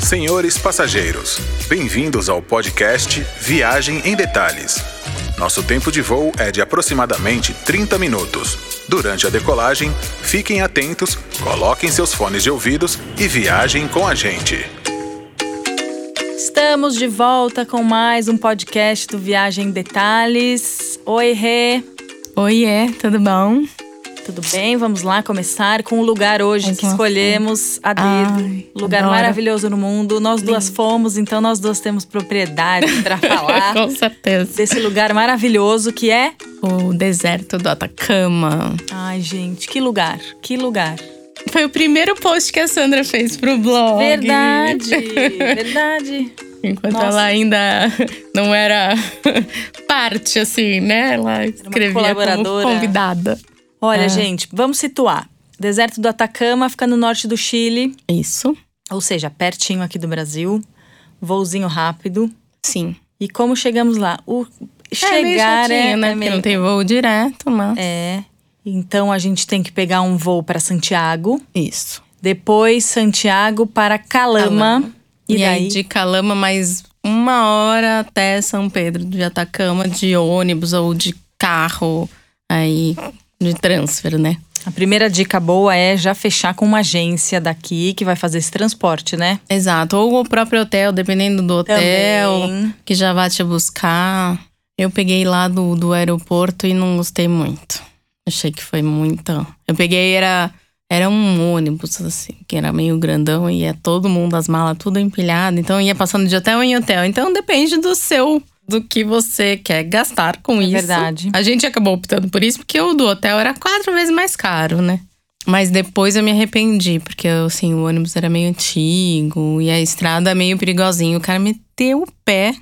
Senhores passageiros, bem-vindos ao podcast Viagem em Detalhes. Nosso tempo de voo é de aproximadamente 30 minutos. Durante a decolagem, fiquem atentos, coloquem seus fones de ouvidos e viajem com a gente. Estamos de volta com mais um podcast do Viagem em Detalhes. Oi, Rê. Oiê, tudo bom? Tudo bem? Vamos lá começar com o lugar hoje Mais que uma escolhemos a dedo. Ai, lugar adoro. maravilhoso no mundo. Nós duas fomos, então nós duas temos propriedade para falar É, Com certeza. desse lugar maravilhoso que é. O deserto do Atacama. Ai, gente, que lugar, que lugar. Foi o primeiro post que a Sandra fez pro blog. Verdade, verdade. Enquanto Nossa. ela ainda não era parte, assim, né? Ela escrevia como colaboradora. convidada. Olha, Ah. gente, vamos situar. Deserto do Atacama fica no norte do Chile, Isso. ou seja, pertinho aqui do Brasil. Voozinho rápido. Sim. E como chegamos lá? O é meio chegar é, chatinho, né? é Porque meio- não tem voo direto, mas... é. Então a gente tem que pegar um voo para Santiago, Isso. depois Santiago para Calama, Calama. e, E, daí aí, de Calama, mais uma hora até São Pedro de Atacama, de ônibus ou de carro, aí, de transfer, né? a primeira dica boa é já fechar com uma agência daqui que vai fazer esse transporte, né? Exato. Ou o próprio hotel, dependendo do hotel, Também. que já vai te buscar. Eu peguei lá do, do aeroporto e não gostei muito. Achei que foi muita. Eu peguei, era, era um ônibus, assim, que era meio grandão e é todo mundo, as malas tudo empilhado. Então ia passando de hotel em hotel. Então depende do seu. Do que você quer gastar com É isso. verdade. A gente acabou optando por isso, porque o do hotel era quatro vezes mais caro, né? Mas depois eu me arrependi, porque assim, o ônibus era meio antigo e a estrada meio perigosinha. O cara meteu o pé.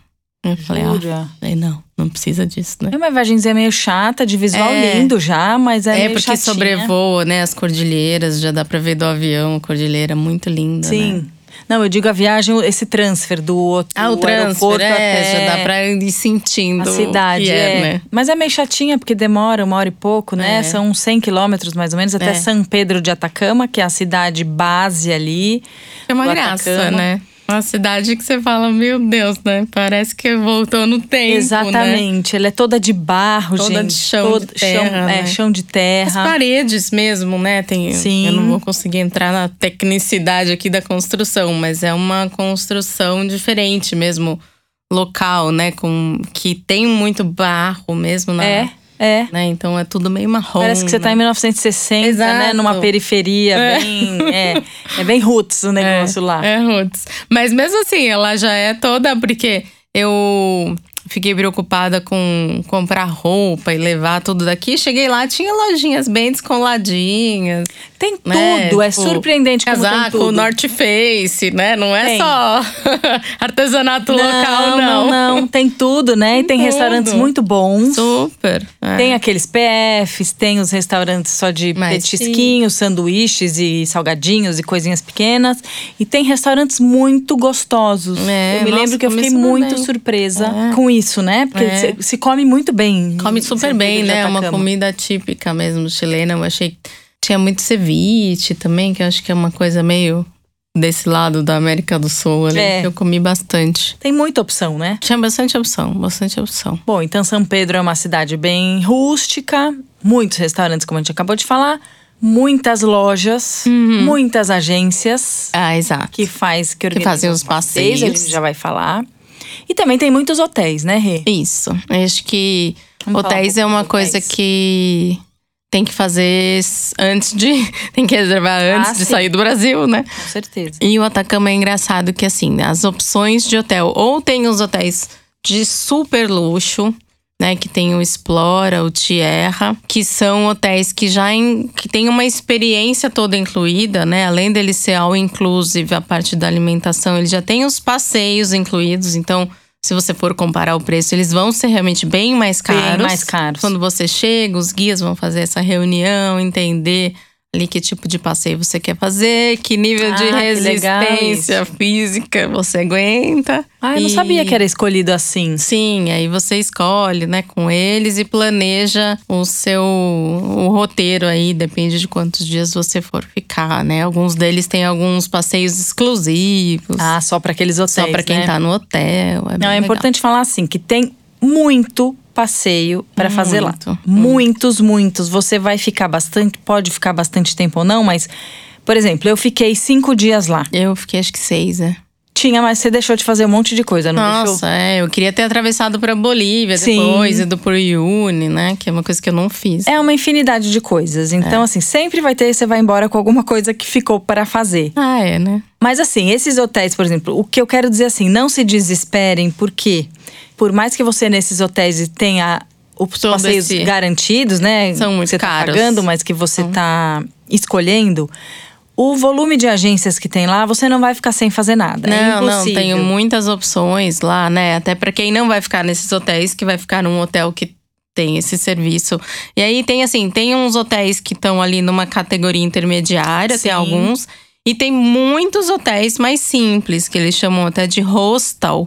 Eu falei, ah, Jura? falei, não, não precisa disso, né? É uma viagemzinha meio chata, de visual É. lindo já, mas é, É, meio porque chatinha. sobrevoa, né? As cordilheiras, já dá pra ver do avião, a cordilheira muito linda. né? Sim. Não, eu digo a viagem, esse transfer do, do Ah, o transfer, aeroporto é, até já dá pra ir sentindo A o cidade, que é. é, né? Mas é meio chatinha, porque demora uma hora e pouco, né? É. São 100 quilômetros, mais ou menos, até É. São Pedro de Atacama, que é a cidade base ali. É uma do graça, Atacama. né? Uma cidade que você fala, meu Deus, né? Parece que voltou no tempo, né? Exatamente. Ela é toda de barro, Toda gente. de chão de terra, chão, é, né? chão de As terra. paredes mesmo, né? Tem, Sim. Eu não vou conseguir entrar na tecnicidade aqui da construção, mas é uma construção diferente mesmo, local, né? Com, que tem muito barro mesmo na. É, é. Né? Então é tudo meio marrom. Parece que você tá em né? 1960, né? Exato. Numa periferia É. bem. É, é bem roots o negócio lá. É, roots. Mas mesmo assim, ela já é toda. Porque eu fiquei preocupada com comprar roupa e levar tudo daqui. Cheguei lá, tinha lojinhas bem descoladinhas. Tem tudo, né? é Tipo, surpreendente como tem Casaco, tudo. North Face, né? Não é Tem. só artesanato local, não. não, não. Tem tudo, né? E tem Tudo. restaurantes muito bons. Super. é. Tem aqueles PFs, tem os restaurantes só de Mas petisquinhos, sanduíches e salgadinhos e coisinhas pequenas. E tem restaurantes muito gostosos. É, eu me nossa, lembro que eu comi fiquei super muito bem. surpresa É. com isso, né? Porque É. se, se come muito bem. Come em super São bem, Pedro de né? É uma Atacama. comida típica mesmo chilena. Eu achei que tinha muito ceviche também, que eu acho que é uma coisa meio desse lado da América do Sul ali. É. que Eu comi bastante. Tem muita opção, né? Tinha bastante opção, bastante opção. Bom, então São Pedro é uma cidade bem rústica, muitos restaurantes, como a gente acabou de falar, muitas lojas, muitas agências Ah, exato. que faz que, Uhum. Que organizam fazem os passeios, a passeios. gente já vai falar. E também tem muitos hotéis, né, Rê? Isso. Eu acho que Vamos falar um hotéis é pouco uma de coisa hotéis. que tem que fazer s- antes de. tem que reservar antes Ah, de sim. sair do Brasil, né? Com certeza. E o Atacama é engraçado que, assim, as opções de hotel, ou tem os hotéis de super luxo, né? Que tem o Explora, o Tierra, que são hotéis que já em, que tem uma experiência toda incluída, né? Além dele ser all inclusive, a parte da alimentação, ele já tem os passeios incluídos. Então, se você for comparar o preço, eles vão ser realmente bem mais caros. Bem mais caros. Quando você chega, os guias vão fazer essa reunião, entender ali que tipo de passeio você quer fazer, que nível de Ah, que legal resistência física você aguenta. Ah, eu não E- sabia que era escolhido assim. Sim, aí você escolhe, né, com eles e planeja o seu o roteiro aí, depende de quantos dias você for ficar, né? Alguns deles têm alguns passeios exclusivos, Ah, só para aqueles hotéis, só pra quem né? tá no hotel. É bem Não, é legal. importante falar assim, que tem muito passeio para fazer lá. Muito, Muitos, muitos. Você vai ficar bastante, pode ficar bastante tempo ou não, mas, por exemplo, eu fiquei cinco dias lá. Eu fiquei acho que seis, né? Tinha, mas você deixou de fazer um monte de coisa, não deixou? Nossa, é, eu queria ter atravessado pra Bolívia Sim. depois, ido pro Yuni, né? Que é uma coisa que eu não fiz. É uma infinidade de coisas. É. Então, assim, sempre vai ter, você vai embora com alguma coisa que ficou para fazer. Ah, é, né? Mas assim, esses hotéis, por exemplo, o que eu quero dizer assim, não se desesperem, porque por mais que você nesses hotéis tenha os Todo passeios esse- garantidos, né? São que muito você caros. Tá pagando, mas que você tá escolhendo. O volume de agências que tem lá, você não vai ficar sem fazer nada. é Não, não, um impossível. tenho muitas opções lá, né? Até pra quem não vai ficar nesses hotéis, que vai ficar num hotel que tem esse serviço. E aí tem assim, tem uns hotéis que estão ali numa categoria intermediária, Sim. tem alguns, e tem muitos hotéis mais simples, que eles chamam até de hostel.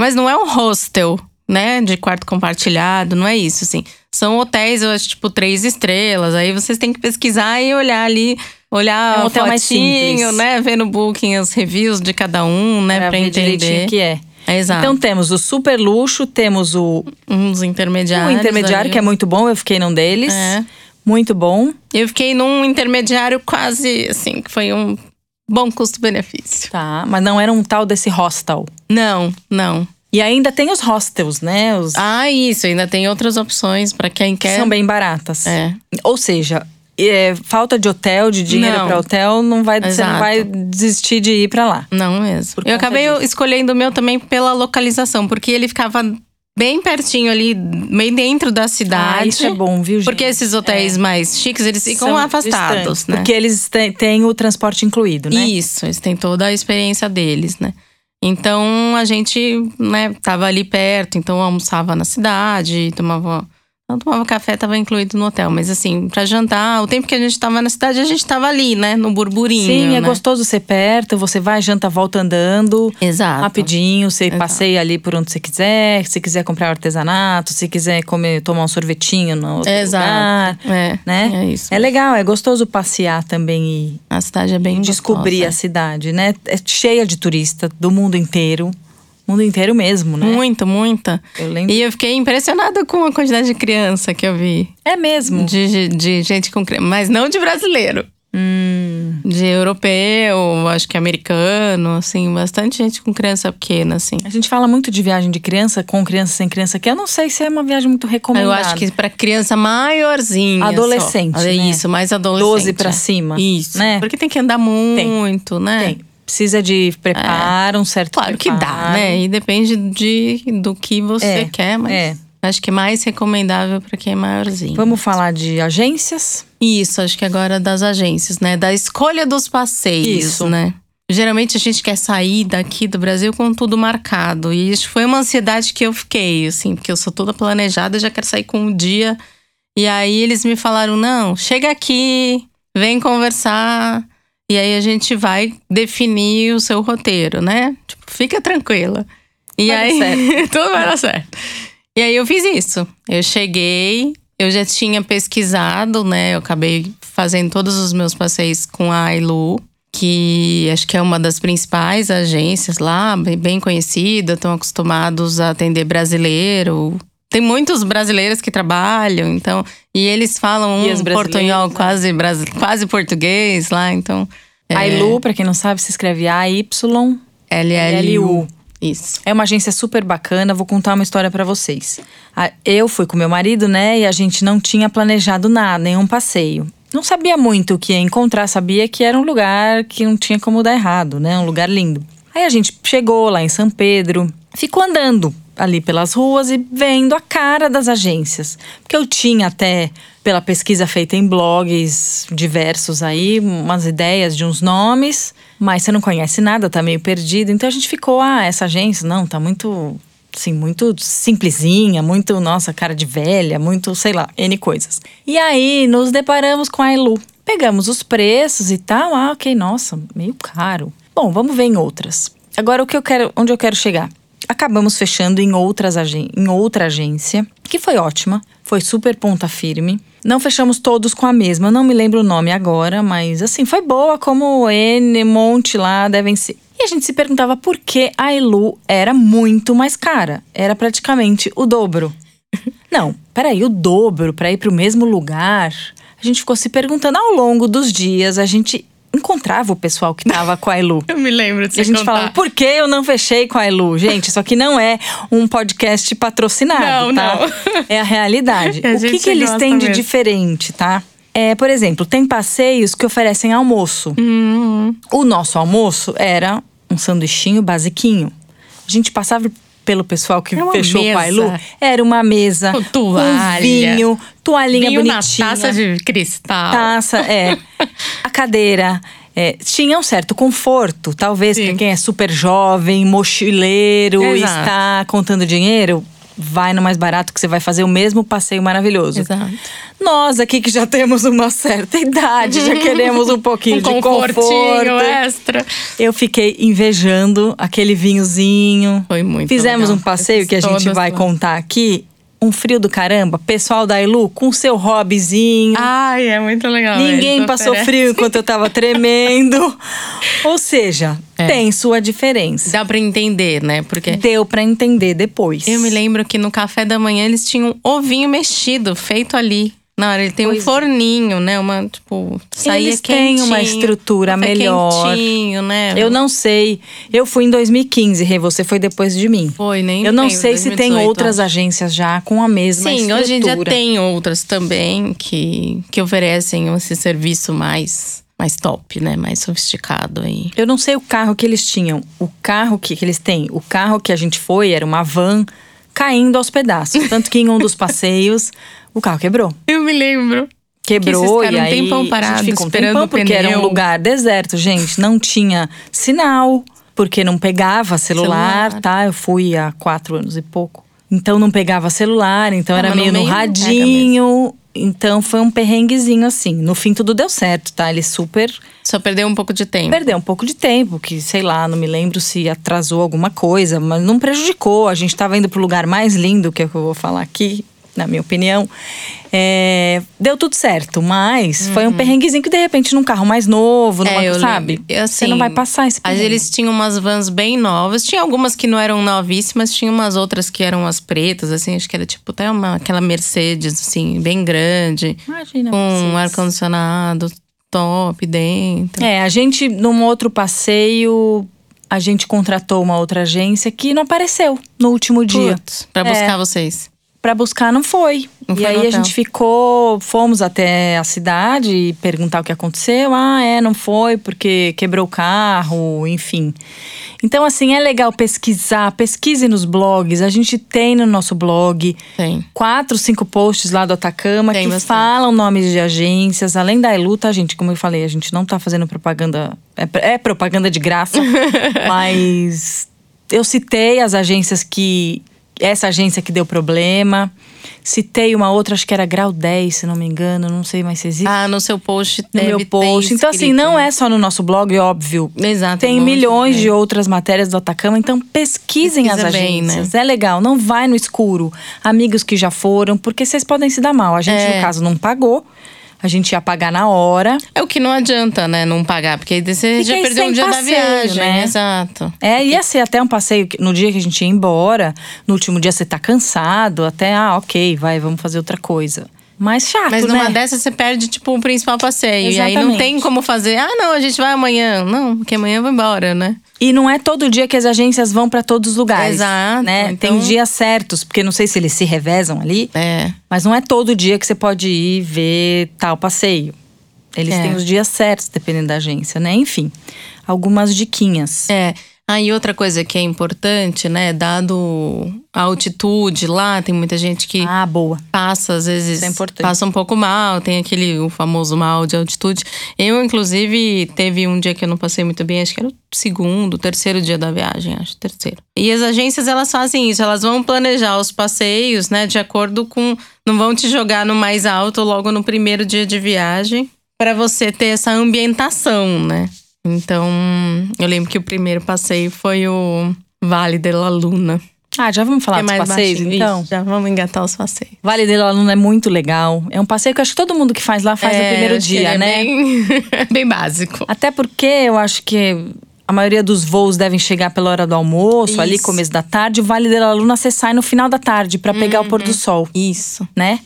Mas não é um hostel, né? De quarto compartilhado, não é isso, assim. São hotéis, eu acho, tipo, três estrelas. Aí vocês têm que pesquisar e olhar ali, olhar É um o hotel mais fotinho, simples. né? Ver no booking as reviews de cada um, né? Pra Pra, É, ver direitinho entender. o que é. É, Exato. Então temos o super luxo, temos o, uns intermediários. o intermediário, ali. que é muito bom, eu fiquei num deles. É. Muito bom. Eu fiquei num intermediário quase, assim, que foi um bom custo-benefício. Tá, mas não era um tal desse hostel. Não, não. E ainda tem os hostels, né? Os Ah, isso. Ainda tem outras opções pra quem que quer. são bem baratas. É. Ou seja, é, falta de hotel, de dinheiro Não. pra hotel, não vai, você não Exato. vai desistir de ir pra lá. Não mesmo. Por Eu conta acabei disso. escolhendo o meu também pela localização, porque ele ficava bem pertinho ali, meio dentro da cidade. Ah, isso é bom, viu, gente? É. Porque esses hotéis mais chiques, eles ficam São afastados, distantes, né? Porque eles têm, têm o transporte incluído, né? Isso, eles têm toda a experiência deles, né? Então a gente, né, tava ali perto, então almoçava na cidade, tomava. Não tomava café, tava incluído no hotel, mas assim, pra jantar, o tempo que a gente tava na cidade, a gente tava ali, né? No burburinho. Sim, é né? gostoso ser perto, você vai, janta, volta andando. Exato. Rapidinho, você Exato. passeia ali por onde você quiser. Se quiser comprar artesanato, se quiser comer, tomar um sorvetinho no outro lugar. Exato. É, né? é isso. É legal, é gostoso passear também A cidade é bem e descobrir a gostosa. cidade, né? É cheia de turista do mundo inteiro. Mundo inteiro mesmo, né? Muito, muita. Eu lembro. E eu fiquei impressionada com a quantidade de criança que eu vi. É mesmo. De, de- de gente com criança. Mas não de brasileiro. Hum. De europeu, acho que americano, assim, bastante gente com criança pequena, assim. A gente fala muito de viagem de criança, com criança, sem criança, que eu não sei se é uma viagem muito recomendada. Eu acho que pra criança maiorzinha. só. Adolescente, É né? Isso, mais adolescente. 12 pra é. cima, Isso. né? Porque tem que andar muito, né? Tem. Precisa de preparo, um certo É. Claro que dá, preparo. né? E depende de, do que você É, quer, mas é. acho que é mais recomendável pra quem é maiorzinho. Vamos falar de agências? Isso, acho que agora das agências, né? Da escolha dos passeios, Isso. né? Geralmente a gente quer sair daqui do Brasil com tudo marcado. E isso foi uma ansiedade que eu fiquei, assim, porque eu sou toda planejada, já quero sair com o dia. E aí eles me falaram: não, chega aqui, vem conversar. E aí a gente vai definir o seu roteiro, né? Tipo, fica tranquila. E Vai dar aí certo. tudo vai dar certo. E aí eu fiz isso. Eu cheguei, eu já tinha pesquisado, né? Eu acabei fazendo todos os meus passeios com a Ilu, que acho que é uma das principais agências lá, bem- bem conhecida, estão acostumados a atender brasileiro. Tem muitos brasileiros que trabalham, então. E eles falam E as um brasileiras, portunhol né? quase, brasi- quase português lá, então. é, A Ilu, pra quem não sabe, se escreve A-Y-L-U. LLU. Isso. É uma agência super bacana, vou contar uma história pra vocês. A- Eu fui com meu marido, né, e a gente não tinha planejado nada, nenhum passeio. Não sabia muito o que ia encontrar, sabia que era um lugar que não tinha como dar errado, né, um lugar lindo. Aí a gente chegou lá em São Pedro, ficou andando ali pelas ruas e vendo a cara das agências. Porque eu tinha até, pela pesquisa feita em blogs diversos aí, umas ideias de uns nomes, mas você não conhece nada, tá meio perdido. Então a gente ficou, ah, essa agência, não, tá muito, assim, muito simplesinha, muito, nossa, cara de velha, muito, sei lá, N coisas. E aí nos deparamos com a Elu. Pegamos os preços e tal. Ah, ok, nossa, meio caro. Bom, vamos ver em outras. Agora, o que eu quero, onde eu quero chegar? Acabamos fechando em, outras agen em outra agência, que foi ótima, foi super ponta firme. Não fechamos todos com a mesma, eu não me lembro o nome agora, mas assim, foi boa como N, monte lá devem ser. E a gente se perguntava por que a Elu era muito mais cara. Era praticamente o dobro. Não, peraí, o dobro para ir para o mesmo lugar. A gente ficou se perguntando ao longo dos dias, a gente encontrava o pessoal que tava com a Elu. Eu me lembro E disso. a gente falava, por que eu não fechei com a Elu? Gente, isso aqui não é um podcast patrocinado, Não, tá? não. É a realidade. A o que, gente que eles gosta têm de mesmo. diferente, tá? É, por exemplo, tem passeios que oferecem almoço. Hum. O nosso almoço era um sanduichinho basiquinho. A gente passava pelo pessoal que É uma fechou com a mesa. Elu. Era uma mesa, Com toalha. um vinho, toalhinha Vinho na bonitinha taça de cristal. taça, é. A cadeira. é, tinha um certo conforto, talvez Sim. para quem é super jovem, mochileiro, Exato. está contando dinheiro, vai no mais barato que você vai fazer o mesmo passeio maravilhoso. Exato. Nós aqui que já temos uma certa idade, já queremos um pouquinho Um de confortinho conforto. é. extra. Eu fiquei invejando aquele vinhozinho. Foi muito Fizemos legal. um passeio Esses que a gente todos vai lá. contar aqui. Um frio do caramba, pessoal da Elu com seu hobbyzinho. Ai, é muito legal. Ninguém eles passou oferecem. frio enquanto eu tava tremendo. Ou seja, É. tem sua diferença. Dá pra entender, né? Porque Deu pra entender depois. eu me lembro que no café da manhã eles tinham um ovinho mexido feito ali. Na hora, ele tem um Pois é. forninho, né? Uma, tipo, saía Eles têm uma quentinho, estrutura café melhor. quentinho, né? Eu não sei. Eu fui em 2015, Rê, você foi depois de mim. Foi, nem Eu não lembro, sei se tem 2018, outras agências já com a mesma Sim, estrutura. hoje em dia tem outras também que, que oferecem esse serviço mais, mais top, né? Mais sofisticado aí. Eu não sei o carro que eles tinham. O carro que, que eles têm, o carro que a gente foi era uma van caindo aos pedaços. Tanto que em um dos passeios, o carro quebrou. Eu me lembro. Que quebrou vocês e ficaram um aí tempão a parado, gente ficou um esperando tempão o porque era um pneu. lugar deserto, gente, não tinha sinal, porque não pegava celular, Celular. tá? Eu fui há quatro anos e pouco, então não pegava celular, então Ah, era mas no meio no, meio não pega radinho, então foi um perrenguezinho assim. No fim tudo deu certo, tá? Ele super Só perdeu um pouco de tempo. perdeu um pouco de tempo, que sei lá, não me lembro se atrasou alguma coisa, mas não prejudicou. A gente tava indo pro lugar mais lindo, que é o que eu vou falar aqui, na minha opinião. É, deu tudo certo, mas foi um perrenguezinho que de repente num carro mais novo, numa, sabe? lembro. Uhum. É, Eu, Você não assim, vai passar esse Mas perrengue. eles tinham umas vans bem novas. Tinha algumas que não eram novíssimas, tinha umas outras que eram as pretas, assim. Acho que era tipo até uma, aquela Mercedes, assim, bem grande. Imagina, com um vocês. ar-condicionado top dentro. É, a gente, num outro passeio, a gente contratou uma outra agência que não apareceu no último dia. Putz, Pra buscar vocês. Pra buscar não foi. Não e foi no aí a hotel. gente ficou, fomos até a cidade e perguntar o que aconteceu. Ah, é, não foi porque quebrou o carro, enfim. Então assim, é legal pesquisar, pesquise nos blogs. A gente tem no nosso blog Tem. quatro, cinco posts lá do Atacama Tem que bastante. falam nomes de agências, além da Elu, tá, gente? Como eu falei, a gente não tá fazendo propaganda. É, é propaganda de graça, mas eu citei as agências que. Essa agência que deu problema. Citei uma outra, acho que era Grau 10, se não me engano, não sei mais se existe. Ah, no seu post no deve meu ter post. Então, assim, escrito. né? não é só no nosso blog, óbvio. Exato. Tem um monte, milhões né? de outras matérias do Atacama, então pesquisem Pesquisa as bem, agências. É legal, não vai no escuro. Amigos que já foram, porque vocês podem se dar mal. A gente, É. no caso, não pagou. A gente ia pagar na hora. É o que não adianta, né? Não pagar, porque aí você já Fiquei perdeu sem um dia passeio, da viagem. né? Exato. É, ia ser até um passeio que- no dia que a gente ia embora. No último dia você tá cansado, até, ah, ok, vai, vamos fazer outra coisa. Mas chato, Mas numa né? dessas você perde, tipo, o principal passeio. E aí não Exatamente. tem como fazer, ah, não, a gente vai amanhã. Não, porque amanhã eu vou embora, né? E não é todo dia que as agências vão para todos os lugares. Exato, Né? então- Tem dias certos, porque não sei se eles se revezam ali. É. Mas não é todo dia que você pode ir ver tal passeio. Eles É. têm os dias certos, dependendo da agência, né? Enfim, algumas diquinhas. É. Aí outra coisa que é importante, né? Dado a altitude lá, tem muita gente que Ah, boa. passa, às vezes Isso é importante. passa um pouco mal, tem aquele o famoso mal de altitude. Eu, inclusive, teve um dia que eu não passei muito bem, acho que era o segundo, terceiro dia da viagem, acho, terceiro. E as agências, elas fazem isso, elas vão planejar os passeios, né, de acordo com. Não vão te jogar no mais alto logo no primeiro dia de viagem. para você ter essa ambientação, né? Então, eu lembro que o primeiro passeio foi o Vale della Luna. Ah, já vamos falar é dos mais passeios, baixinho, então? isso, Já vamos engatar os passeios. Vale dela Luna é muito legal. É um passeio que eu acho que todo mundo que faz lá faz no É, primeiro acho que ele dia, é né? Bem, bem básico. Até porque eu acho que a maioria dos voos devem chegar pela hora do almoço, ali Isso. começo da tarde. O Vale dela Luna você sai no final da tarde pra pegar o pôr do sol, Uhum. Isso. né?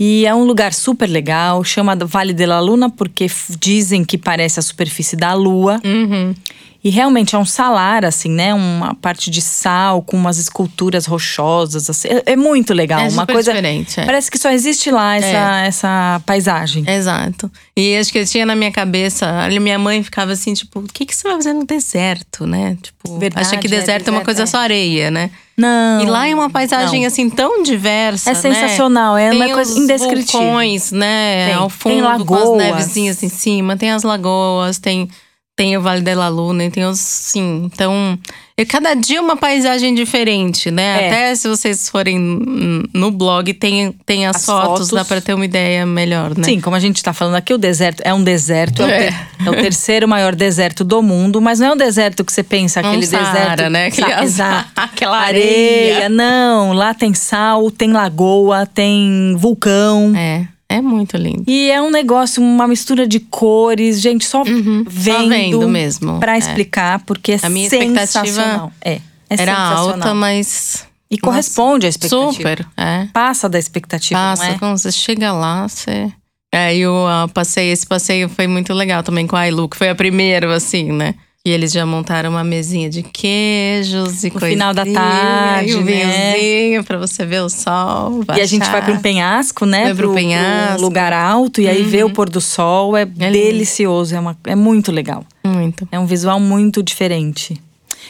E é um lugar super legal, chama Vale della Luna porque f- dizem que parece a superfície da lua. Uhum. E realmente é um salar, assim, né? Uma parte de sal com umas esculturas rochosas, assim. É, é muito legal. É uma super coisa. diferente, é. Parece que só existe lá essa, essa paisagem. Exato. E acho que eu tinha na minha cabeça, ali minha mãe ficava assim, tipo, o que, que você vai fazer no deserto, né? Tipo, Verdade, acha que é, deserto é, uma deserto, coisa é. só areia, né? Não. E lá é uma paisagem não. assim tão diversa. É sensacional, né? é uma Tem coisa os indescritível. Vulcões, né? Tem. Ao Tem fundo, com lagoas. as nevezinhas em cima, tem as lagoas, tem, tem o Vale della Luna, e tem os. Sim, então. E cada dia uma paisagem diferente, né? É. Até se vocês forem hum, no blog, tem, tem as, As fotos, fotos. dá pra ter uma ideia melhor, né? Sim, como a gente tá falando aqui, o deserto é um deserto. É, o, É. ter- é o terceiro maior deserto do mundo, mas não é um deserto que você pensa aquele Saara, deserto. um né? Aquele Sa- azar, exato. aquela areia. Não, lá tem sal, tem lagoa, tem vulcão. É, é muito lindo. E é um negócio, uma mistura de cores, gente, só vendo. Uhum. vendo mesmo, Pra é. explicar, porque é A minha expectativa sensacional. É, é Era sensacional. alta, mas. E corresponde à expectativa. Super, é. Passa da expectativa, Passa, não é? quando você chega lá, você. É, e o ah, passeio, esse passeio foi muito legal também com a Ailu, que foi a primeira, assim, né? E eles já montaram uma mesinha de queijos e No coisinha, final da e um tarde, né? vinhozinho pra você ver o sol. E a gente vai para um baixar. penhasco, né? Vai pro Pro- penhasco. Uhum. Um lugar alto e aí vê o pôr do sol. É, lindo. delicioso, é, uma, é muito legal. Muito. É um visual muito diferente.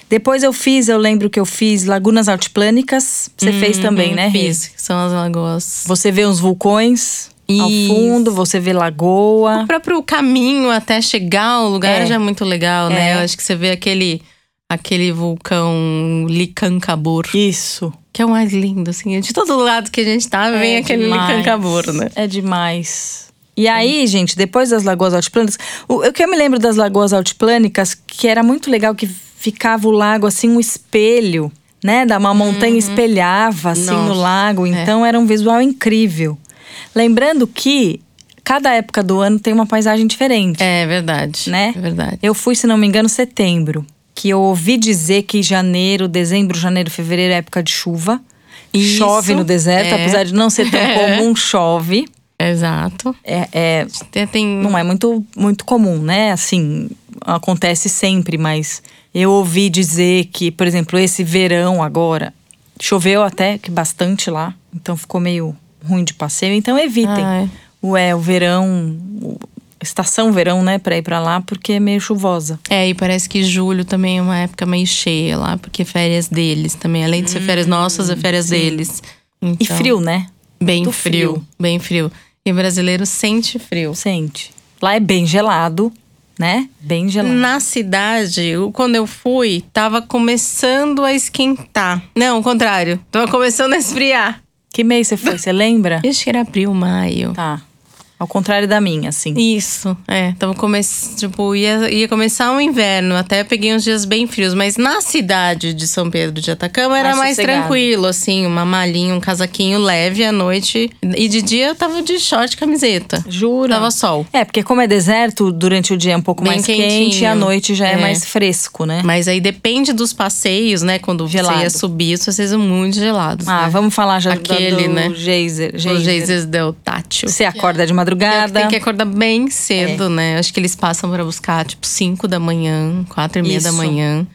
Depois eu fiz, eu lembro que eu fiz Lagunas Altiplânicas. Você fez também, né? Rê? Uhum, Fiz, que são as lagoas. Você vê uns vulcões ao Isso. fundo, você vê O lagoa. próprio caminho até chegar ao lugar É. já é muito legal, né? É. Eu acho que você vê aquele, aquele vulcão Licancabur, Isso. que é o mais lindo, assim. De todo lado que a gente tá, vem É aquele demais. Licancabur, né? É demais. E aí, gente, depois das lagoas altiplânicas, o, o que eu me lembro das lagoas altiplânicas, que era muito legal que ficava o lago assim um espelho, né? Da uma montanha espelhava assim no Uhum. Nossa, é. lago, então era um visual incrível. Lembrando que cada época do ano tem uma paisagem diferente. É verdade. Né? É verdade. Eu fui, se não me engano, setembro. Que eu ouvi dizer que janeiro, dezembro, janeiro, fevereiro é época de chuva. Isso, chove no deserto, é. apesar de não ser tão comum, chove. Exato. É, é- Tem, tem- não é muito, muito comum, né? Assim, acontece sempre, mas eu ouvi dizer que, por exemplo, esse verão agora, choveu até que bastante lá, então ficou meio ruim de passeio, então evitem. Ah, é. O, é, o verão, o- estação verão, né, pra ir pra lá, porque é meio chuvosa. É, e parece que julho também é uma época meio cheia lá, porque férias deles também. Além de ser férias nossas, é férias deles. E Então, frio, né? Bem muito frio, frio. Bem frio. E brasileiro sente frio. Sente. Lá é bem gelado, né? Bem gelado. Na cidade, eu- quando eu fui, tava começando a esquentar. Não, o contrário. Tava começando a esfriar. Que mês você foi? Você lembra? Acho que era abril, maio. Tá. Ao contrário da minha, assim. Isso, é. Tava começando. Tipo, ia, ia começar o inverno. Até peguei uns dias bem frios. Mas na cidade de São Pedro de Atacama era Mais mais sossegado. tranquilo, assim. Uma malinha, um casaquinho leve à noite. E de dia eu tava de short e camiseta. Jura? Tava sol. É, porque como é deserto, durante o dia é um pouco Bem mais quente e quentinho. à noite já é, É. mais fresco, né? Mas aí depende dos passeios, né? Quando Gelado. você ia subir, os passeios são muito gelados. Ah, né? vamos falar já Aquele, do, do né? geyser. Os geyser. geysers deu tátil. Você acorda de madrugada. Tem que acordar bem cedo, É. né? Acho que eles passam pra buscar, tipo, 5 da manhã, 4 e meia da Isso. manhã.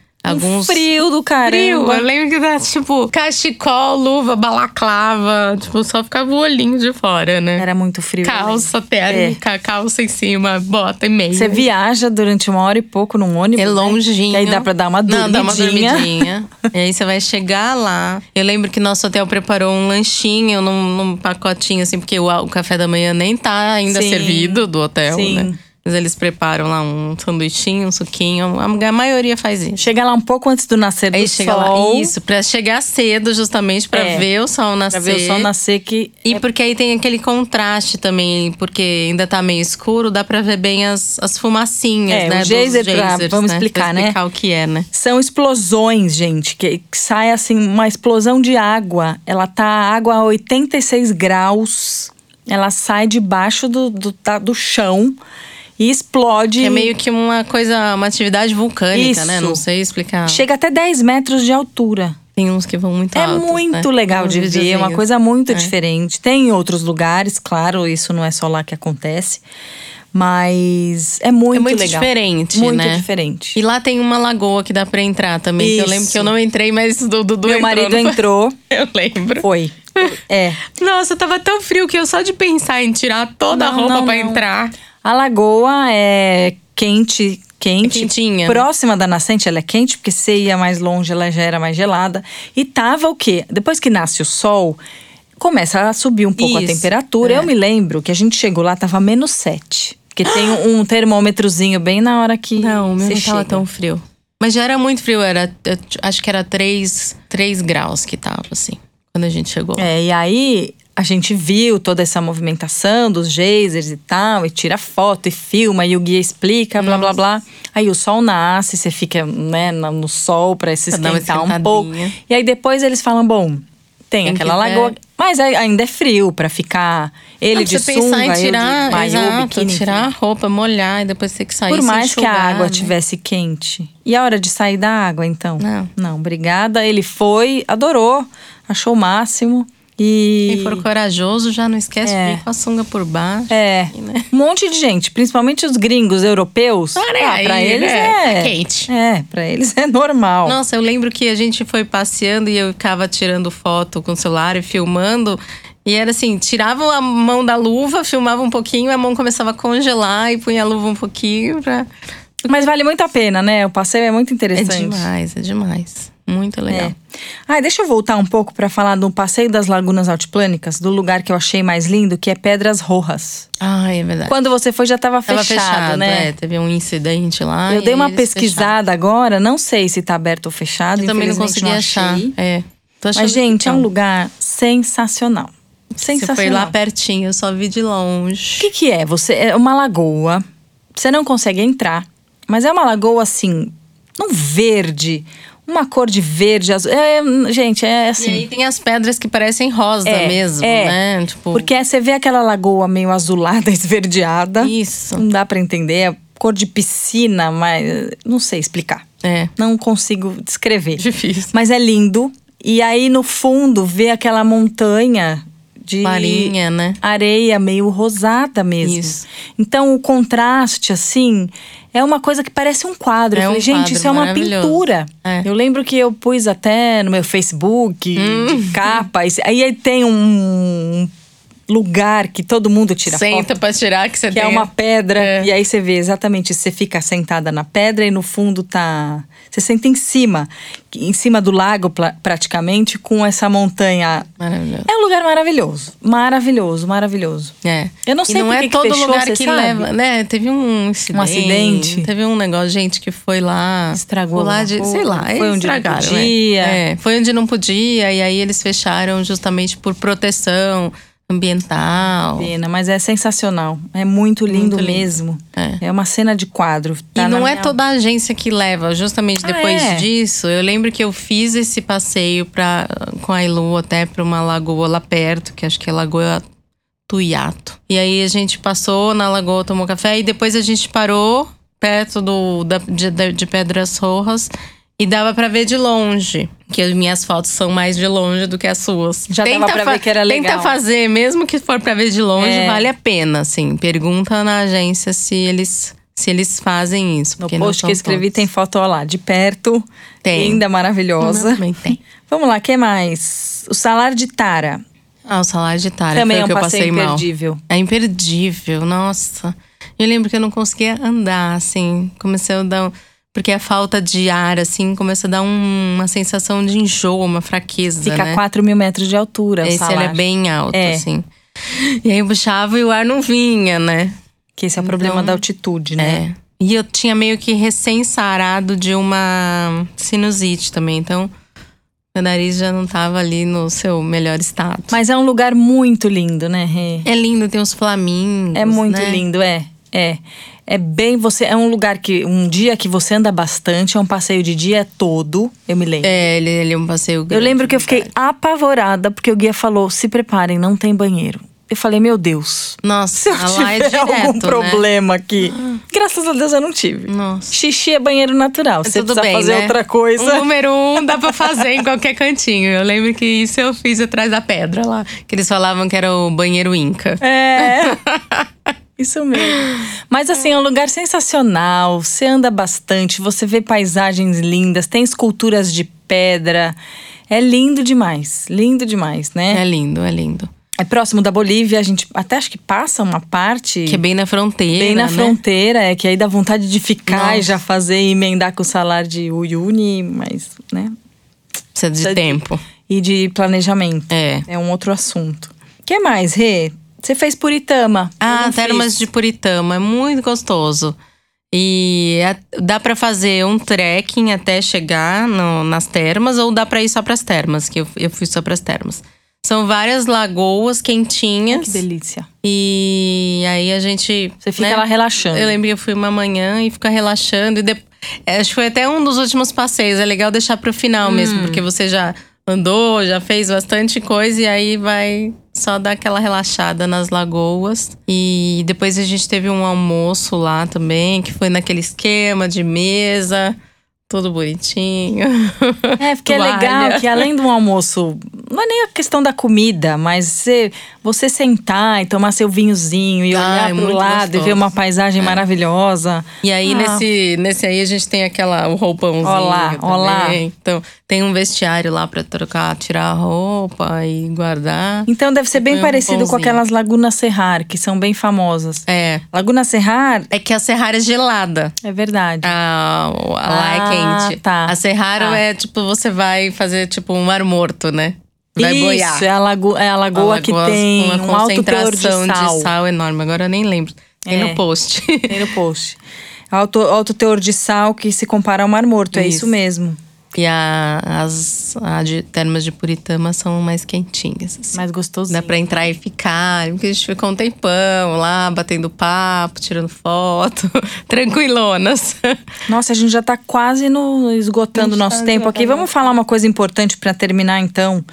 Um Alguns. frio do caramba. Frio, eu lembro que era tipo cachecol, luva, balaclava. Tipo, só ficava o olhinho de fora, né? Era muito frio. calça térmica, calça em cima, bota e meia. É. Você viaja durante uma hora e pouco num ônibus. É né? longinho. Que aí dá pra dar uma Não, dá uma dormidinha. dormidinha. e aí você vai chegar lá. Eu lembro que nosso hotel preparou um lanchinho num, num pacotinho, assim, porque o, o café da manhã nem tá ainda Sim. servido do hotel, Sim. né? Mas eles preparam lá um sanduichinho, um suquinho. A maioria faz isso. Chega lá um pouco antes do nascer do Aí sol. chega lá. Isso, pra chegar cedo, justamente, pra É, ver o sol nascer. Pra ver o sol nascer que E porque aí tem aquele contraste também, porque ainda tá meio escuro, dá pra ver bem as, as fumacinhas, É, né? o dos geyser, pra- geysers, vamos né? explicar, pra né? explicar o que é, né? São explosões, gente, que, que sai assim, uma explosão de água. Ela tá água a 86 graus, ela sai debaixo do, do, da- do chão e explode. Que é meio que uma coisa, uma atividade vulcânica, né? Isso. Não sei explicar. Chega até 10 metros de altura. Tem uns que vão muito é altos, muito né? legal Uns de ver, é uma videozinhos. coisa muito É. diferente. Tem em outros lugares, claro, isso não é só lá que acontece, mas é muito, É muito legal. diferente, muito né? diferente. E lá tem uma lagoa que dá pra entrar também. que eu lembro Isso. que eu não entrei, mas o Dudu Meu entrou, marido não foi? entrou, Eu lembro. foi. É. Nossa, tava tão frio que eu só de pensar em tirar toda a Não, roupa não, pra não. entrar. A lagoa é quente, quente. É quentinha, né? Próxima da nascente, ela é quente, porque se ia mais longe, ela já era mais gelada. E tava o quê? Depois que nasce o sol, começa a subir um pouco a Isso, temperatura. é. Eu me lembro que a gente chegou lá, tava menos 7. Porque tem um termômetrozinho bem na hora que. Não, o meu você não tava chega. tão frio. Mas já era muito frio, era, eu acho que era 3, três graus que tava, assim, quando a gente chegou. É, e aí a gente viu toda essa movimentação dos geysers e tal, e tira foto e filma, e o guia explica, blá blá blá. Aí o sol nasce, você fica né, na- no sol pra se Pra dar uma esquentar um esquentadinha. pouco. E aí depois eles falam: bom, tem, Tem aquela que- é. lagoa. Mas aí ainda é frio pra ficar ele Não, de pra você pensar sunga, em tirar, eu de maiô, exato, biquíni, tirar enfim. a roupa, molhar e depois ter que sair Por se mais que a enxugar, água né? tivesse quente. E a hora de sair da água, então? Não. Não, obrigada. Ele foi, adorou, achou o máximo. E... Quem for corajoso já não esquece É. de vir com a sunga por baixo. É. né? Um monte de gente, principalmente os gringos europeus. Ah, né? pra Aí, eles né? é. Tá quente. É, pra eles é normal. Nossa, eu lembro que a gente foi passeando e eu ficava tirando foto com o celular e filmando. E era assim, tirava a mão da luva, filmava um pouquinho, a mão começava a congelar e punha a luva um pouquinho pra... Mas vale muito a pena, né? O passeio é muito É interessante. demais, é demais. Muito legal. É. Ah, deixa eu voltar um pouco pra falar do passeio das lagunas altiplânicas, do lugar que eu achei mais lindo, que é Pedras Rojas. Ah, é verdade. Quando você foi já tava Tava fechado, fechado, né? é, teve um incidente lá. Eu e dei uma eles fecharam. pesquisada agora, não sei se tá aberto ou fechado. Eu também não infelizmente consegui achar. achei. É. Tô achando Mas, que gente, é um não. lugar sensacional. Você Sensacional. foi lá pertinho, eu só vi de O longe. que, que é? Você é uma lagoa. Você não consegue entrar, mas é uma lagoa assim, um verde, uma cor de verde, azul. É, hum, gente, é assim. E aí tem as pedras que parecem rosa é, mesmo, é. né? Tipo, Porque você vê aquela lagoa meio azulada, esverdeada. Isso. Não dá pra entender. É cor de piscina, mas não sei explicar. É. Não consigo descrever. Difícil. Mas é lindo. E aí no fundo vê aquela montanha de Marinha, né? areia meio rosada mesmo. Isso. Então o contraste assim é uma coisa que parece um quadro. É eu falei, um gente, quadro isso é uma maravilhoso." pintura. É. Eu lembro que eu pus até no meu Facebook Hum. de capa. esse- Aí aí tem um lugar que todo mundo tira foto. Senta pra tirar que você Que tem. é uma pedra, É. e aí você vê exatamente isso. Você fica sentada na pedra e no fundo tá. Você senta em cima, em cima do lago pla- praticamente, com essa montanha. Maravilhoso. É um lugar maravilhoso. Maravilhoso, maravilhoso. É. Eu não sei e não por é que que todo fechou, lugar você que sabe? leva, né? Teve um incidente. acidente. Teve um negócio, gente, que foi lá. Estragou foi lá alguma de, coisa, sei lá, foi eles onde não estragaram, é. podia. É, foi onde não podia e aí eles fecharam justamente por proteção ambiental. Pena, mas é sensacional. É muito lindo, Muito lindo. mesmo. É. É. uma cena de quadro. Tá e não na é minha- toda a agência que leva. Justamente Ah, depois é? disso, eu lembro que eu fiz esse passeio pra, com a Ilu até pra uma lagoa lá perto, que acho que é Lagoa Tuiato. E aí a gente passou na lagoa, tomou café, e depois a gente parou perto do, da- de, da- de Pedras Rojas. E dava pra ver de longe, que as minhas fotos são mais de longe do que as suas. Já dava pra fa- ver que era Tenta legal. fazer, mesmo que for pra ver de longe, É. vale a pena, assim. Pergunta na agência se eles se eles fazem isso. No porque não post são que eu escrevi todos. tem foto ó lá, de perto. Tem. é Linda, O meu maravilhosa. também tem. Vamos lá, que mais? O salário de Tara. Ah, o salário de Tara Também é foi um o que eu passeio passei mal. imperdível. É imperdível, nossa. Eu lembro que eu não conseguia andar, assim. Comecei a dar. um- Porque a falta de ar, assim, começa a dar um- uma sensação de enjoo, uma fraqueza. Fica né? a 4 mil metros de altura. o Esse ele é salário. bem alto, É. assim. E aí eu puxava e o ar não vinha, né? Que esse é o problema da altitude, né? É. E eu tinha meio que recém-sarado de uma sinusite também. Então, meu nariz já não tava ali no seu melhor estado. Mas é um lugar muito lindo, né, Rê? é lindo, tem uns flamingos. É muito né? lindo, é. É. É bem você. É um lugar que. Um dia que você anda bastante, é um passeio de dia todo, eu me lembro. É, ele, ele é um passeio eu grande, lembro que eu fiquei verdade. apavorada, porque o guia falou: se preparem, não tem banheiro. Eu falei, meu Deus. Nossa, Se eu a lá é tiver direto, algum né? Ah. problema aqui. Graças a Deus eu não tive. Nossa. Xixi é banheiro natural. Se você Tudo precisa bem, fazer né? outra O coisa. número um dá pra fazer em qualquer cantinho. Eu lembro que isso eu fiz atrás da pedra lá. Que eles falavam que era o banheiro Inca. É. Isso mesmo. Mas assim, é um lugar sensacional. Você anda bastante, você vê paisagens lindas, tem esculturas de pedra. É lindo demais, lindo demais, É, né? lindo, é lindo. É, próximo da Bolívia, a gente até acho que passa uma parte Que é bem na fronteira. bem na né? fronteira, é que aí dá vontade de ficar Nossa. e já fazer e emendar com o salário de Uyuni, mas, né? Precisa de Precisa de- tempo. E de planejamento. É. É um outro assunto. O que mais, Rê? Você fez Puritama. Eu Ah, não termas fiz. de Puritama. É muito gostoso. E é- dá pra fazer um trekking até chegar no- nas termas, ou dá pra ir só pras termas, que eu, eu fui só pras termas. São várias lagoas Que quentinhas. delícia. E aí a gente. Você fica né? lá relaxando. Eu lembro que eu fui uma manhã e fica relaxando. E de- é, Acho que foi até um dos últimos passeios. É legal deixar pro final Hum. mesmo, porque você já andou, já fez bastante coisa e aí vai só dar aquela relaxada nas lagoas. E depois a gente teve um almoço lá também, que foi naquele esquema de mesa, tudo bonitinho. É, porque é Toalha. legal que além de um almoço, não é nem a questão da comida, mas você, você sentar e tomar seu vinhozinho e Ah, olhar é pro muito lado e ver gostoso. É. uma paisagem maravilhosa. E aí, Ah. nesse, nesse aí, a gente tem aquela, o roupãozinho. Olá, também. olá. Então, tem um vestiário lá pra trocar, tirar a roupa e guardar. Então deve ser bem Põe um parecido com pãozinho. aquelas Lagunas Serrar, que são bem famosas. É. Laguna Serrar, É que a Serrara é gelada. é Ah, verdade. A, a lá Ah, é quente. tá. A Serrara Tá. é tipo, você vai fazer tipo um mar morto, né? Vai Isso, boiar. é a, lago, é a Uma lagoa que lagoa tem com uma um alto teor de concentração sal. de sal enorme. Agora eu nem lembro. Tem É. no post. Tem no post. Alto, alto teor de sal que se compara ao Mar Morto, é isso Isso. mesmo. e a- as a de, termas de Puritama são mais quentinhas. assim. Mais Dá gostosinho. pra entrar e ficar, porque a gente ficou um tempão lá, batendo papo, tirando foto, tranquilonas. Nossa, a gente já tá quase no esgotando o tá nosso tempo aqui. Vamos falar uma coisa importante pra terminar então,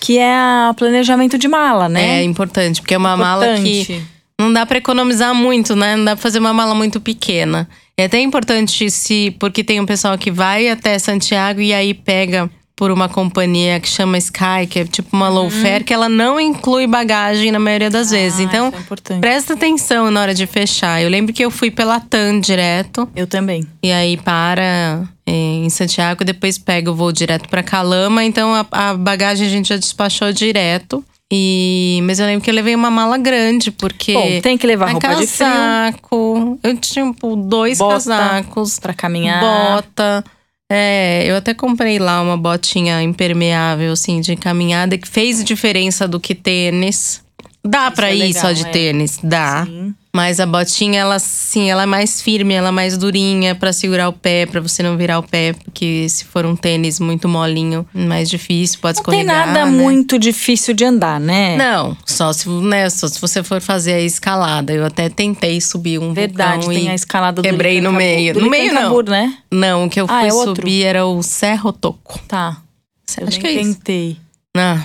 que é a- o planejamento de mala, É né? importante, porque é uma mala que Importante. não dá pra economizar muito, né? Não dá pra fazer uma mala muito pequena. É até importante se, porque tem um pessoal que vai até Santiago e aí pega por uma companhia que chama Sky, que é tipo uma low fare, que ela não inclui bagagem na maioria das vezes. Uhum. Ah, Então, isso é importante. presta atenção na hora de fechar. Eu lembro que eu fui pela TAM direto. Eu também. E aí para eh, em Santiago, depois pega o voo direto pra Calama. Então a, a bagagem a gente já despachou direto. E mas eu lembro que eu levei uma mala grande porque Bom, tem que levar é roupa de frio. casaco. Eu tinha tipo, dois Bota casacos, pra caminhar. bota. tá, É, eu até comprei lá uma botinha impermeável assim de caminhada que fez diferença do que tênis. Dá pra é ir legal, só de é. tênis, dá. Sim. Mas a botinha, ela sim, ela é mais firme, ela é mais durinha pra segurar o pé, pra você não virar o pé, porque se for um tênis muito molinho, mais difícil, pode Não tem escorregar. nada né? É. muito difícil de andar, né? Não, só se, né, só se você for fazer a escalada. Eu até tentei subir um Verdade, vulcão tem e a escalada do quebrei no Licancabur- meio. do No meio não. Licancabur, né? Não, o que eu Ah, fui é outro? subir era o Cerro Toco. Tá. Eu nem Acho que é isso. tentei. Ah,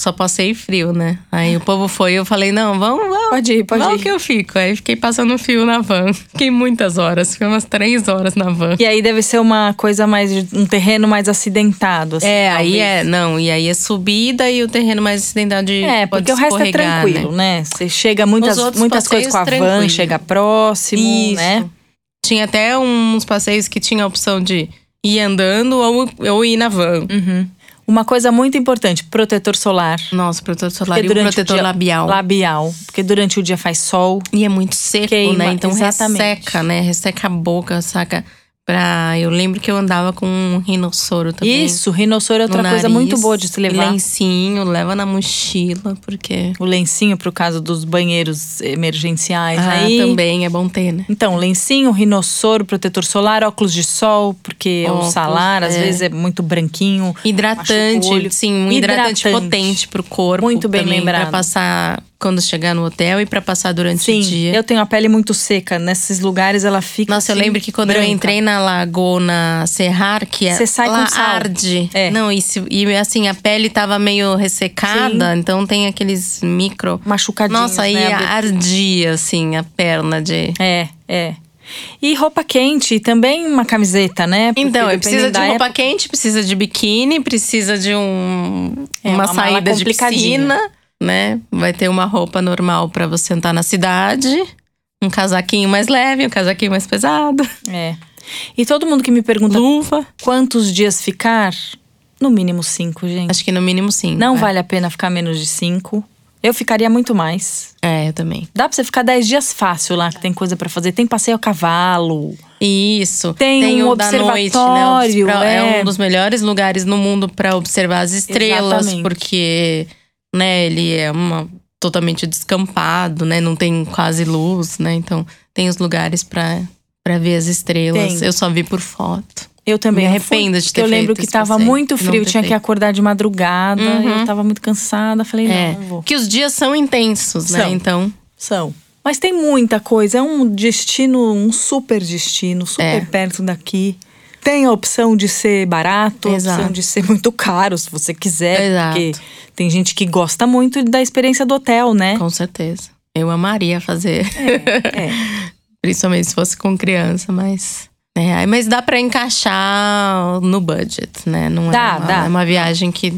só passei frio, né? Aí o povo foi e eu falei, não, vamos, vamos. Pode ir, pode vamos ir. que eu fico. Aí fiquei passando fio na van. Fiquei muitas horas, fiquei umas três horas na van. E aí deve ser uma coisa mais. um terreno mais acidentado, assim. É, aí talvez. é, não, e aí é subida e o terreno mais acidentado de É, pode porque o resto é escorregar, tranquilo, né? né? Você chega muitas, Os outros muitas coisas passeios, com a van, tranquilo. chega próximo, Isso. né? Tinha até uns passeios que tinha a opção de ir andando ou, ou ir na van. Uhum. Uma coisa muito importante, protetor solar. Nossa, protetor solar Porque e um durante o protetor dia- labial. Labial. Porque durante o dia faz sol. E é muito seco, Queima, né? Então exatamente. resseca, né? Resseca a boca, saca? Pra, eu lembro que eu andava com um rinossoro também. Isso, rinossoro é no outra coisa nariz. muito boa de se levar. Lencinho, leva na mochila, porque. O lencinho pro caso dos banheiros emergenciais Ah, aí. também é bom ter, né? Então, lencinho, rinossoro, protetor solar, óculos de sol, porque o Óculos, salar às é. vezes é muito branquinho. machuca o olho. Hidratante, sim, um hidratante, Hidratante. potente pro corpo. Muito bem também, lembrado. Pra passar quando chegar no hotel e pra passar durante Sim, o dia. eu tenho a pele muito seca. Nesses lugares ela fica. Nossa, eu assim, lembro que quando eu branca. entrei na Laguna Serrar, que é Você sai lá com sal. arde. É. Não, e, se- e, assim, a pele tava meio ressecada, então tem aqueles micro. Machucadinhos, Nossa, aí né, a- ardia, assim, a perna de. É, é. E roupa quente, e também uma camiseta, né? Porque Então, e dependendo precisa de da roupa época- quente, precisa de biquíni, precisa de um, É, uma, uma mala saída de complicadinha. piscina, né? Vai ter uma roupa normal pra você entrar na cidade, um casaquinho mais leve, um casaquinho mais pesado, É. E todo mundo que me pergunta luva. quantos dias ficar, no mínimo cinco, gente. Acho que no mínimo sim. né? Não vai. vale a pena ficar menos de cinco. Eu ficaria muito mais. É, eu também. Dá pra você ficar 10 dias fácil lá, que tem coisa pra fazer. Tem passeio a cavalo. Isso. Tem um o da noite, observatório, né? Pra- é. um dos melhores lugares no mundo pra observar as estrelas, Exatamente. porque, né, ele é uma totalmente descampado, né? Não tem quase luz, né? Então, tem os lugares pra para ver as estrelas. Tem. Eu só vi por foto. Eu também Me não fui, arrependo de porque ter Eu lembro feito que esse tava passeio, muito de não frio, ter tinha que feito. acordar de madrugada. Uhum. Eu tava muito cansada. Falei, É. não, não vou. Que os dias são intensos, né? São. Então, São. Mas tem muita coisa. É um destino, um super destino, super É. perto daqui. Tem a opção de ser barato, a opção Exato. de ser muito caro, se você quiser. Exato. Porque tem gente que gosta muito da experiência do hotel, né? com certeza. Eu amaria fazer. É. Principalmente se fosse com criança, mas. né, aí- mas dá pra encaixar no budget, né? Não Dá, é uma, dá. É uma viagem que.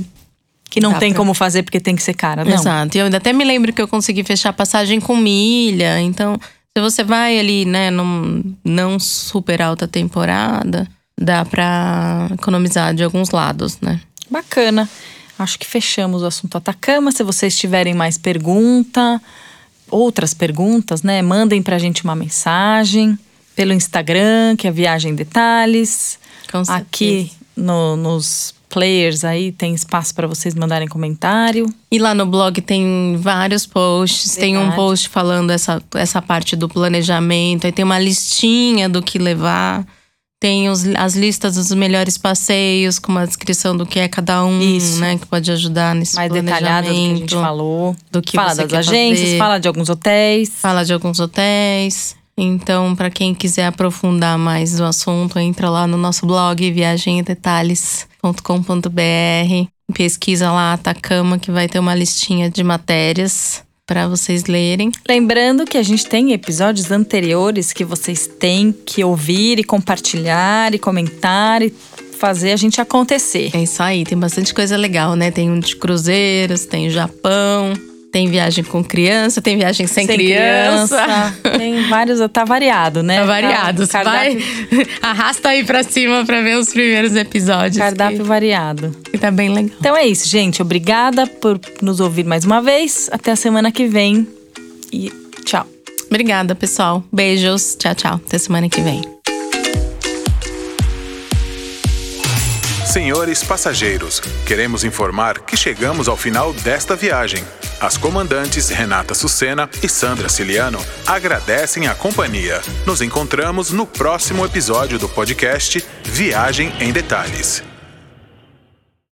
Que não Dá tem pra- como fazer porque tem que ser cara, não. Exato. E eu ainda até me lembro que eu consegui fechar passagem com milha. Então, se você vai ali, né, num, não super alta temporada, dá pra economizar de alguns lados, né? Bacana. Acho que fechamos o assunto Atacama. Se vocês tiverem mais pergunta, outras perguntas, né? Mandem pra gente uma mensagem pelo Instagram, que é Viagem Detalhes. Com certeza. Aqui no- nos players aí tem espaço para vocês mandarem comentário. E lá no blog tem vários posts. Tem um Verdade. post falando essa, essa parte do planejamento. Aí tem uma listinha do que levar. Tem os- as listas dos melhores passeios, com uma descrição do que é cada um, Isso. né? Que pode ajudar nesse Mais detalhado do que a gente planejamento. falou. do que fala você das quer agências, fazer. fala de alguns hotéis. Fala de alguns hotéis. Então, para quem quiser aprofundar mais o assunto, entra lá no nosso blog viagemdetalhes.com.br. Pesquisa lá Atacama, que vai ter uma listinha de matérias para vocês lerem. Lembrando que a gente tem episódios anteriores que vocês têm que ouvir e compartilhar e comentar e fazer a gente acontecer. É isso aí, tem bastante coisa legal, né? Tem um de cruzeiros, tem Japão, tem viagem com criança, tem viagem sem, criança. Tem vários, tá variado, né? Tá variado. Tá, Vai, cardápio, arrasta aí pra cima pra ver os primeiros episódios. cardápio variado. que- que tá bem legal. Então é isso, gente. Obrigada por nos ouvir mais uma vez. Até a semana que vem. E tchau. Obrigada, pessoal. Beijos. Tchau, tchau. Até semana que vem. Senhores passageiros, queremos informar que chegamos ao final desta viagem. As comandantes Renata Sucena e Sandra Ciliano agradecem a companhia. Nos encontramos no próximo episódio do podcast Viagem em Detalhes.